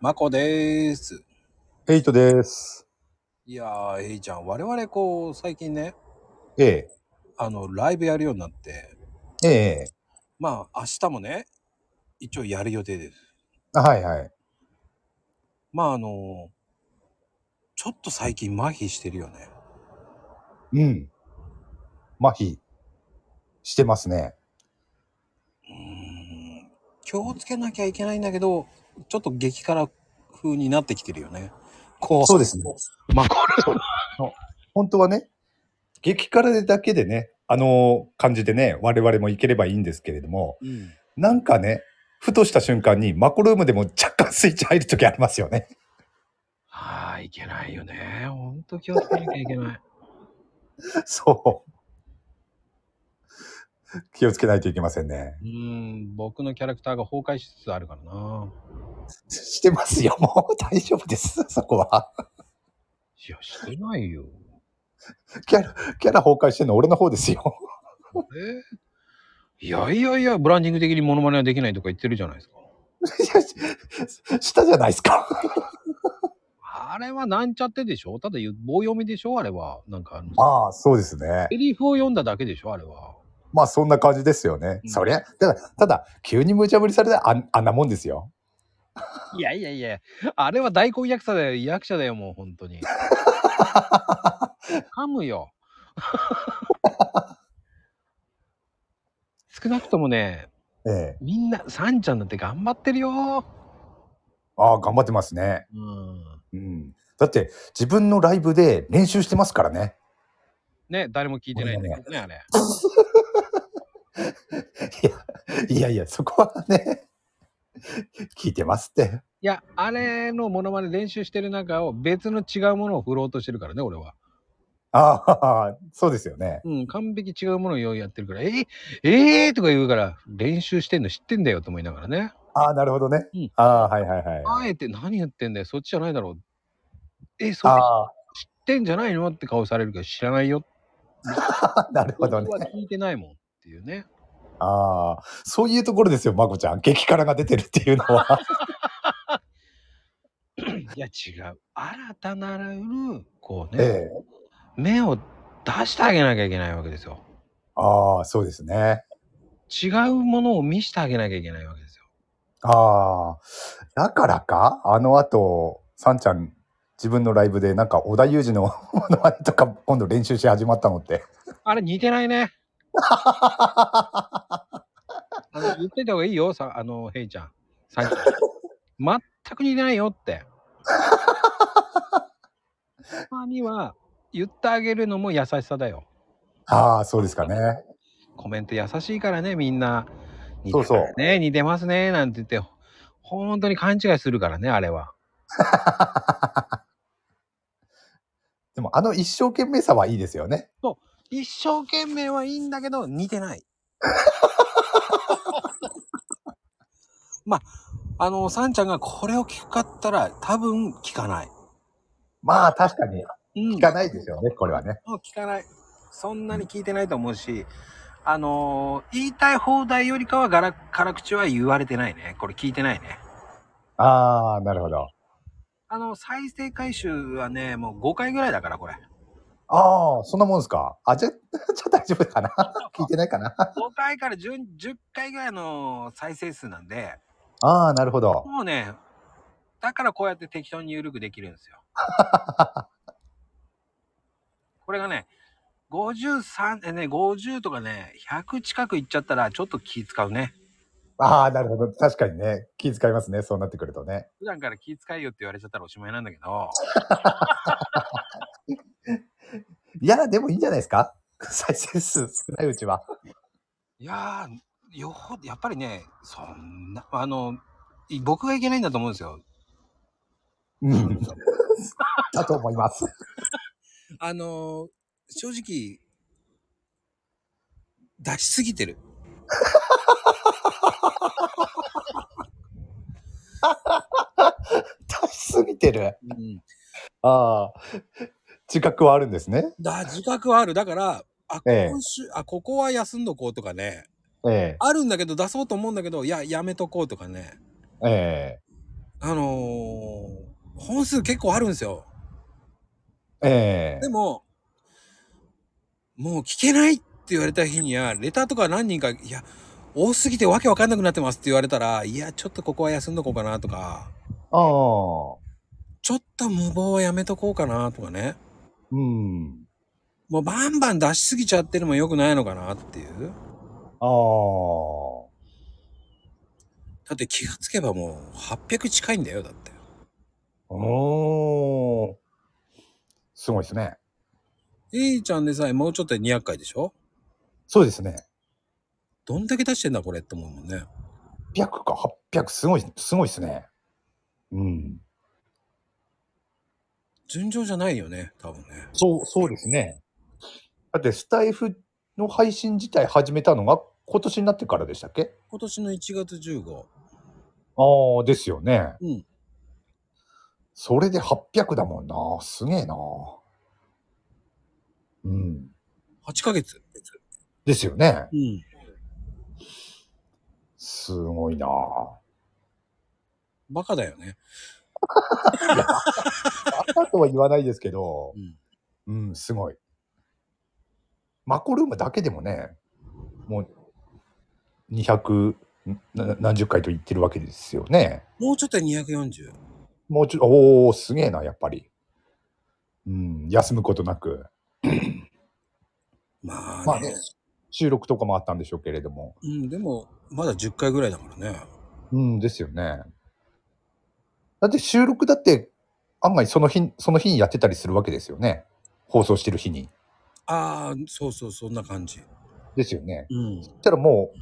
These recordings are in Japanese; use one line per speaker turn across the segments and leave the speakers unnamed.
まこでーす。
エイトです。
いやー、えいちゃん、我々こう、最近ね、
え
あの、ライブやるようになって、
え、ええ、
まあ、明日もね、一応やる予定です。
あはいはい。
まあ、あの、ちょっと最近麻痺してるよね。
うん。麻痺してますね。
うーん。気をつけなきゃいけないんだけど、ちょっと激辛風になってきてるよね。こう、
そうですね。
まこ
本当はね、激辛だけでね、あの感じでね、我々もいければいいんですけれども、
れ、うん。
なんかね、ふとした瞬間にマコルームでも若干スイッチ入るときありますよね。
はあ、いけないよね。ほんと気をつけなきゃいけない。
そう。気をつけないといけませんね。
うーん、僕のキャラクターが崩壊しつつあるからな。
してますよ。もう大丈夫です。そこは。
いや、してないよ。
キャラ、キャラ崩壊してるの俺の方ですよ。
えいやいやいや、ブランディング的にモノマネはできないとか言ってるじゃないですか。
いやし したじゃないですか。
あれはなんちゃってでしょただ言う棒読みでしょあれは。なんかあの、
ああ、そうですね
セ。リフを読んだだけでしょあれは。
まあそんな感じですよね。
うん
そりゃ、ただ、ただ、急に無茶ぶりされたらあんあんなもんですよ。
いやいやいや、あれは大根役者だよ、役者だよ、もう本 当に。噛むよ。 少なくともね、
ええ。
みんな、サンちゃんだって頑張ってるよ。
ああ、頑張ってますね。
うん。
うん。だって、自分のライブで練習してますからね。
ね、誰も聞いてないんだけどね、あれ。
いやいや、そこはね、聞いてますって。
いや、あれのモノマネ練習してる中を別の違うものを振ろうとしてるからね、俺は。
ああ、そうですよね。
うん、完璧違うものを用意やってるから、えー、えー、とか言うから、練習してんの知ってんだよと思いながらね。
ああ、なるほどね。
うん
ああ、はいはいはい。
あえて何言ってんだよ、そっちじゃないだろう。えそっ
あ
ちってんじゃないのって顔されるけど、知らないよ。
あ、なるほどね
僕。は聞いてないもんっていうね。
ああ、そういうところですよ、まこちゃん。激辛が出てるっていうの は。
いや、違う。新たなる、こうね、
ええ。
目を出してあげなきゃいけないわけですよ。
ああ、そうですね。
違うものを見せてあげなきゃいけないわけですよ。
ああ、だからかあの後、さんちゃん、自分のライブで、なんか、織田裕二の ものまねとか、今度練習し始まったのって。
あれ似てないね。あの言ってた方がいいよ、さあの、ヘイちゃん。さ んちゃん全く似てないよって。たまには言ってあげるのも優しさだよ。
ああ、そうですかね。
コメント優しいからね、みんな。似て
そ
ま
うそう
すね、似てますね、なんて言って、本当に勘違いするからね、あれは。
でも、あの一生懸命さはいいですよね。
一生懸命はいいんだけど、似て ない。まあ、あの、さんちゃんがこれを聞くかったら、多分聞かない。
まあ、確かに、
うん
聞かないですよね、これはね。
もう聞かない。そんなに聞いてないと思うし、あのー言いたい放題よりかはがら辛口は言われてないね。これ聞いてないね。
ああ、なるほど。
あの、再生回収はね、もう5回ぐらいだから、これ。
ああ、そんなもんですか。あ、じゃ、じ ゃあ大丈夫かな。聞いてないかな。
5回から 10, 10回ぐらいの再生数なんで、
ああ、なるほど。
もうね、だからこうやって適当に緩くできるんですよ。これがね、53、えね、50とかね、100近くいっちゃったら、ちょっと気使うね。
ああ、なるほど。確かにね、気遣いますね。そうなってくるとね。
普段から気遣いよって言われちゃったらおしまいなんだけど、
いや、でもいいんじゃないですか。 再生数少ないうちは。
いやー、よほど、やっぱりね、そんな、あの、い僕がいけないんだと思うんですよ。
うん。だと思います。
あのー、正直、出しすぎてる。
出しすぎてる。
うん。
ああ。自覚はあるんですね。
だ、自覚はある。だから、あ、
ええ
今週、あ、ここは休んどこうとかね、
え
あるんだけど出そうと思うんだけど、いや、やめとこうとかね、
え。ええ。
あのー本数結構あるんですよ。
ええ
でも、もう聞けないって言われた日には、レターとか何人か、いや、多すぎてわけわかんなくなってますって言われたら、いや、ちょっとここは休んどこうかなとか、
ああ。
ちょっと無謀はやめとこうかなとかね。
うん。
もうバンバン出しすぎちゃってるのも良くないのかなっていう。
ああ。
だって気がつけばもう800近いんだよ、だって。
おー。すごいですね。
いいちゃんでさえもうちょっとで200回でしょ
そうですね。
どんだけ出してんだこれって思うもんね。
800か800、すごい、すごいですね。うん。
順調じゃないよね、多分ね。
そう、そうですね。だって、スタイフの配信自体始めたのが今年になってからでしたっけ
今年の1月15。
ああ、ですよね。
うん。
それで800だもんな。すげえな。うん。
8ヶ月。
ですよね。
うん。
すごいな。
バカだよね。
あとは言わないですけど
う、ん。
うん、すごい。マコルームだけでもね、もう200な何十回と言ってるわけですよね。
もうちょっとで240。
もうちょっと、おお、すげえな、やっぱり。うん、休むことなく。
まあ、ね、
まあね、収録とかもあったんでしょうけれども。
うん、でも、まだ10回ぐらいだからね。
うん、ですよね。だって収録だって、案外その日、その日にやってたりするわけですよね。放送してる日に。
ああ、そうそう、そんな感じ。
ですよね。
うん。やっ
そしたらもう、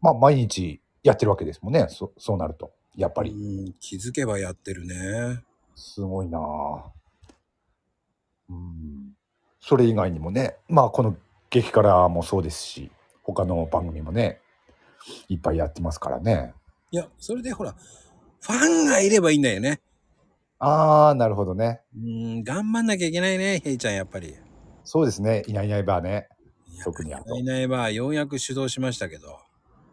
まあ、毎日やってるわけですもんね。そそうなると。やっぱり。
うん、気づけばやってるね。
すごいなあうん。それ以外にもね、まあこの激辛もそうですし、他の番組もね、いっぱいやってますからね。
いや、それでほら、ファンがいればいいんだよね。
ああ、なるほどね。
うん、頑張んなきゃいけないね、ヘイちゃん、やっぱり。
そうですね。いないいないばあね。特にあと
いないば、ようやく主導しましたけど。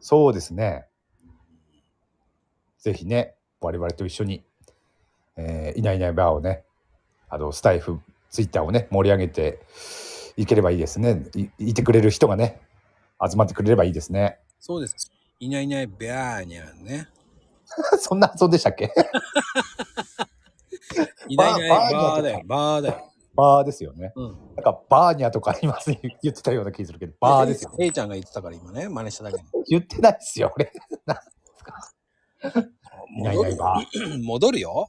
そうですね。ぜひね、我々と一緒に、えーいないいないばあをね、あの、スタイフ、ツイッターをね、盛り上げていければいいですね。いいてくれる人がね、集まってくれればいいですね。
そうです。いないいない、ビャーニャンね。
そんな発音でしたっけ
いないいない、バ
バ
ー
ー
だよ、バーだよ。
バーですよね。
うん。
なんかバーニャとか今言ってたような気するけど、バーですよね。
ヘイちゃんが言ってたから今ね、真似しただけに。
言ってないですよ、俺。いないい
戻
な
る
いバー。
戻るよ。も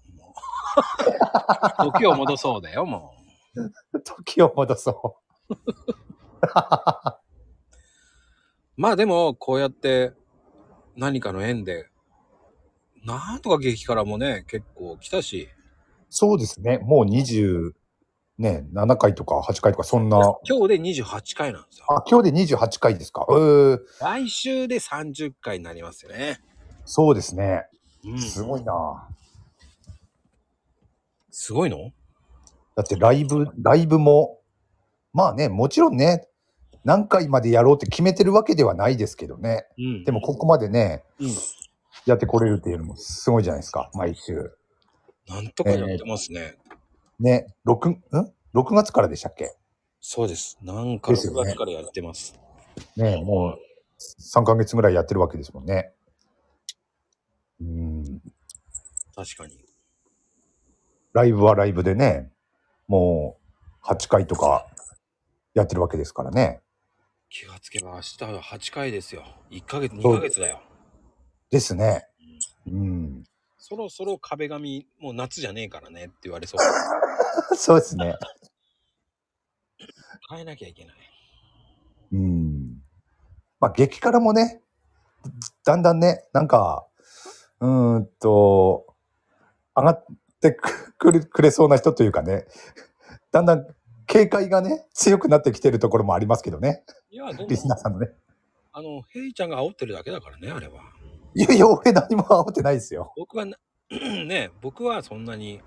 う 時を戻そうだよ、もう。
時を戻そ
まあでも、こうやって何かの縁で、なんとか激辛もね、結構来たし、
う。そうですね。もう20、ね、7回とか8回とか、そんな。あ、
今日で28回なんですよ。
今日で28回ですか。うー、
来週で30回になりますよね。
そうですね。
うん。
すごいな。
すごいの
だってライブ、ライブも、まあね、もちろんね、何回までやろうって決めてるわけではないですけどね。
うん。
でもここまでね、
うん
やってこれるっていうのもすごいじゃないですか、毎週。
なんとかやってますね。
ね、6、ん ?6 月からでしたっけ
そうです。なんか6
ですよね
月からやってます。
ね、もう3ヶ月ぐらいやってるわけですもんね。うん、
確かに。
ライブはライブでね、もう8回とかやってるわけですからね。
気がつけば明日は8回ですよ。1ヶ月、2
そう
ヶ月だよ。
ですね。うん、
そろそろ壁紙、もう夏じゃねえからねって言われそう。
そうですね。
変えなきゃいけない。
うん。まあ、激辛もね、だんだんね、なんか、うーんと、上がってくくれくれそうな人というかね、だんだん警戒がね、強くなってきてるところもありますけどね、
いや、でも
リ、スナーさんのね。
あの、ヘイちゃんが煽ってるだけだからね、あれは。
いやいや、俺何も煽ってないですよ。
僕はな、 ね、僕はそんなに、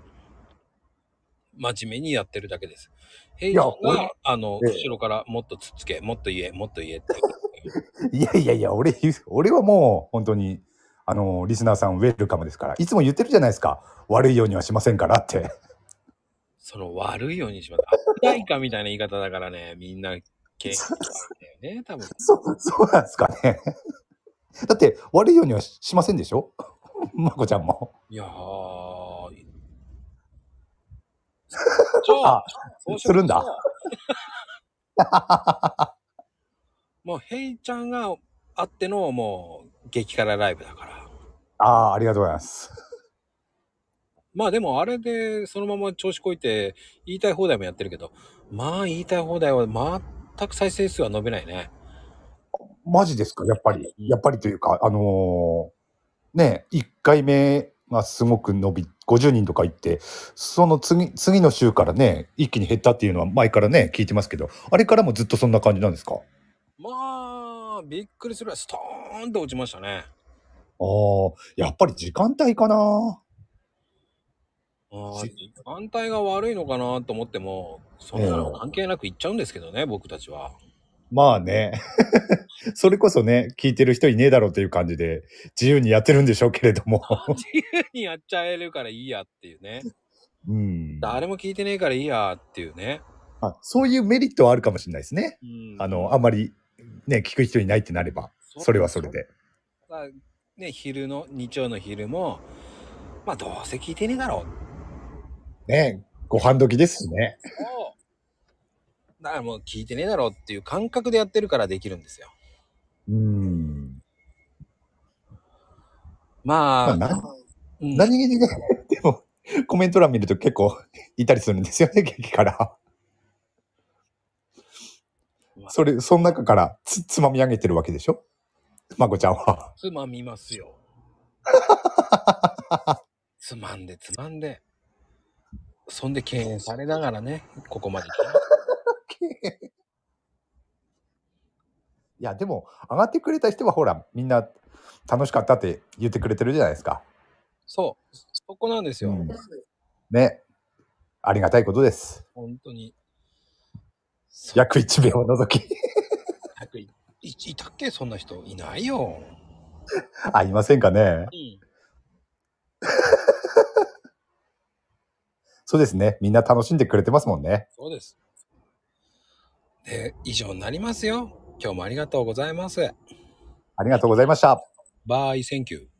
真面目にやってるだけです。ヘイちゃんが
俺、
あの、
ええ
後ろからもっとつっつけ、もっと言え、もっと言えって。
いやいやいや、俺言う、俺はもう本当に、あの、リスナーさんウェルカムですから。いつも言ってるじゃないですか。悪いようにはしませんからって。
その悪いようにします。悪代かみたいな言い方だからね、みんな 経験したんだよね、多分。
そう、そうなんですかね。だって、悪いようにはししませんでしょ まこちゃんも。
いやー。じゃ
あするんだ。
もう、ヘイちゃんがあっての、もう、激辛ライブだから。
ああ、ありがとうございます。
まあでも、あれで、そのまま調子こいて、言いたい放題もやってるけど、まあ、言いたい放題は全く再生数は伸びないね。
マジですかやっぱり。やっぱりというか、あのーね、1回目がすごく伸び、50人とかいって、その次、次の週からね、一気に減ったっていうのは前からね、聞いてますけど、あれからもずっとそんな感じなんですかあ
まあ、びっくりするぐらい、ストーンと落ちましたね。
あ、やっぱり時間帯かな
あ
し
ー反対が悪いのかなと思っても、そんなの関係なく行っちゃうんですけどね、僕たちは。
まあね。 それこそね、聞いてる人いねえだろうっていう感じで、自由にやってるんでしょうけれど も。
自由にやっちゃえるからいいやっていうね。
うん。
誰も聞いてねえからいいやっていうね。
あそういうメリットはあるかもしれないですね。
うん
あの、あんまり、ね、聞く人いないってなれば、それはそれ。で。
まあね、昼の、日曜の昼も、まあどうせ聞いてねえだろう
ね、ご飯時ですしね。
そうだからもう聞いてねえだろうっていう感覚でやってるからできるんですよ。
うん。
まあ、
まあな
うん
何気にね、 でも、コメント欄見ると結構 いたりするんですよね、 劇から。それ、その中からつつまみ上げてるわけでしょまこちゃんは。
つまみます よ。つまんでつまんで。そんで敬遠されながらね、ここまで来た。
いや、でも、上がってくれた人はほら、みんな楽しかったって言ってくれてるじゃないですか。
そう、そこなんですよ。
うんね。ありがたいことです。
本当に。そう
約1秒を除き。
100いいたっけそんな人いないよ。
あ、いませんかね。そうですね。みんな楽しんでくれてますもんね。
そうです。で、以上になりますよ。今日もありがとうございます。
ありがとうございました。
バイ、センキュー。